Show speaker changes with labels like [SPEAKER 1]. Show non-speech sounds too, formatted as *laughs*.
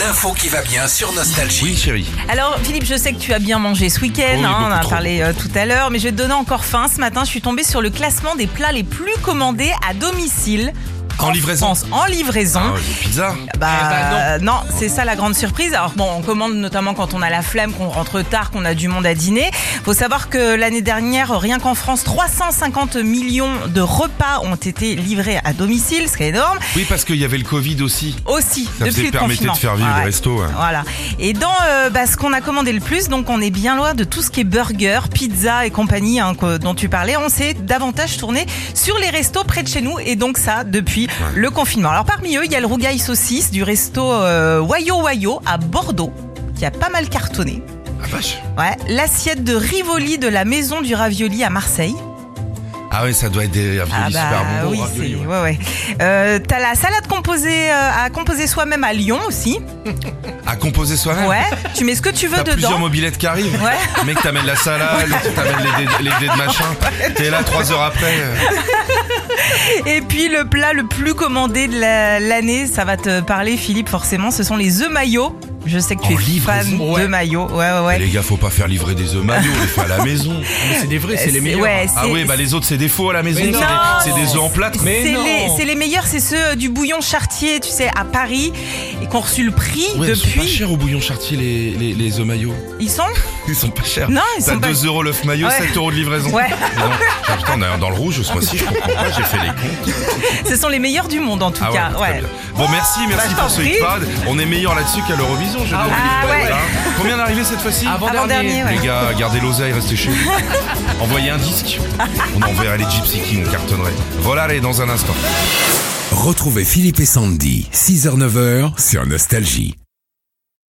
[SPEAKER 1] L'info qui va bien sur Nostalgie.
[SPEAKER 2] Oui, chérie.
[SPEAKER 3] Alors Philippe, je sais que tu as bien mangé ce week-end,
[SPEAKER 2] Oui,
[SPEAKER 3] hein, on en
[SPEAKER 2] beaucoup
[SPEAKER 3] a
[SPEAKER 2] trop.
[SPEAKER 3] parlé euh, tout à l'heure, mais je vais te donner encore faim. Ce matin, je suis tombée sur le classement des plats les plus commandés à domicile.
[SPEAKER 2] En livraison
[SPEAKER 3] France, en livraison.
[SPEAKER 2] Ah, Eh ben, ouais, les pizzas.
[SPEAKER 3] Bah, non, c'est ça la grande surprise. Alors bon, on commande notamment quand on a la flemme, qu'on rentre tard, qu'on a du monde à dîner. Faut savoir que l'année dernière, rien qu'en France, 350 millions de repas ont été livrés à domicile, ce qui est énorme.
[SPEAKER 2] Oui, parce qu'il y avait le Covid aussi.
[SPEAKER 3] Aussi,
[SPEAKER 2] Ça
[SPEAKER 3] depuis
[SPEAKER 2] faisait
[SPEAKER 3] le
[SPEAKER 2] permettait
[SPEAKER 3] confinement.
[SPEAKER 2] de faire vivre hein.
[SPEAKER 3] Ouais.
[SPEAKER 2] les restos. ouais.
[SPEAKER 3] Voilà. Et dans euh, bah, ce qu'on a commandé le plus, donc on est bien loin de tout ce qui est burger, pizza et compagnie hein, que- dont tu parlais. On s'est davantage tourné sur les restos près de chez nous et donc ça depuis le confinement. Alors parmi eux, il y a le rougail saucisse du resto euh, Wayo Wayo à Bordeaux qui a pas mal cartonné.
[SPEAKER 2] Ah, vache.
[SPEAKER 3] Ouais. L'assiette de Rivoli de la maison du ravioli à Marseille.
[SPEAKER 2] Ah ouais, ça doit être des
[SPEAKER 3] Ah
[SPEAKER 2] raviolis super
[SPEAKER 3] bah
[SPEAKER 2] bons.
[SPEAKER 3] oui,
[SPEAKER 2] Bon,
[SPEAKER 3] c'est
[SPEAKER 2] raviolis, ouais.
[SPEAKER 3] ouais ouais. Euh, T'as la salade composée euh, à composer soi-même à Lyon aussi.
[SPEAKER 2] À composer soi-même
[SPEAKER 3] Ouais. Tu mets ce que tu veux
[SPEAKER 2] T'as plusieurs
[SPEAKER 3] dedans.
[SPEAKER 2] mobilettes qui arrivent.
[SPEAKER 3] Ouais.
[SPEAKER 2] Mec, t'amènes la salade, l'autre, t'amènes les dés, les dés de
[SPEAKER 3] *laughs*
[SPEAKER 2] machin. T'es là trois heures après. euh,
[SPEAKER 3] Et puis le plat le plus commandé de la- l'année, ça va te parler Philippe forcément, ce sont les œufs maillots. Je sais que tu
[SPEAKER 2] En
[SPEAKER 3] es fan
[SPEAKER 2] livraison, ouais.
[SPEAKER 3] de maillots. Ouais ouais ouais.
[SPEAKER 2] Les gars, faut pas faire livrer des œufs maillots, on les fait à la
[SPEAKER 3] *laughs*
[SPEAKER 2] maison.
[SPEAKER 4] C'est des vrais, c'est les meilleurs.
[SPEAKER 3] ouais,
[SPEAKER 2] Ah
[SPEAKER 3] c'est-
[SPEAKER 2] oui, bah les autres, c'est des faux à la maison.
[SPEAKER 4] Mais non.
[SPEAKER 2] c'est des- C'est des œufs en plâtre.
[SPEAKER 4] Mais
[SPEAKER 3] c'est
[SPEAKER 4] non.
[SPEAKER 3] les, c'est les meilleurs, c'est ceux euh, du bouillon Chartier, tu sais, à Paris, et qu'on reçu le prix
[SPEAKER 2] Ouais, ils sont pas
[SPEAKER 3] depuis.
[SPEAKER 2] chers au bouillon chartier, les, les, les œufs maillots.
[SPEAKER 3] Ils sont
[SPEAKER 2] Ils sont pas chers.
[SPEAKER 3] Non, ils
[SPEAKER 2] T'as
[SPEAKER 3] sont pas-
[SPEAKER 2] 2 euros l'œuf maillot,
[SPEAKER 3] Ouais.
[SPEAKER 2] 7 euros de livraison.
[SPEAKER 3] Ouais.
[SPEAKER 2] Dis donc, j'ai- putain, on est dans le rouge ce mois-ci, je comprends pas, j'ai fait les cons.
[SPEAKER 3] Ce sont les meilleurs du monde en tout
[SPEAKER 2] Ah ouais,
[SPEAKER 3] cas.
[SPEAKER 2] très
[SPEAKER 3] ouais.
[SPEAKER 2] bien. Bon, merci,
[SPEAKER 3] Bah,
[SPEAKER 2] merci
[SPEAKER 3] je t'en
[SPEAKER 2] pour ce
[SPEAKER 3] prie.
[SPEAKER 2] iPad. On est meilleur là-dessus qu'à l'Eurovision, je dois
[SPEAKER 3] Ah
[SPEAKER 2] vous le dire.
[SPEAKER 3] ouais.
[SPEAKER 2] Hein. Combien d'arrivées cette fois-ci
[SPEAKER 3] Avant-dernier, ouais.
[SPEAKER 2] Les gars, gardez l'oseille, restez chez
[SPEAKER 3] *laughs*
[SPEAKER 2] vous. Envoyez un disque. On enverra les Gypsy Kings, on cartonnerait. Voilà, allez, dans un instant.
[SPEAKER 1] Retrouvez Philippe et Sandy, 6h-9h sur Nostalgie.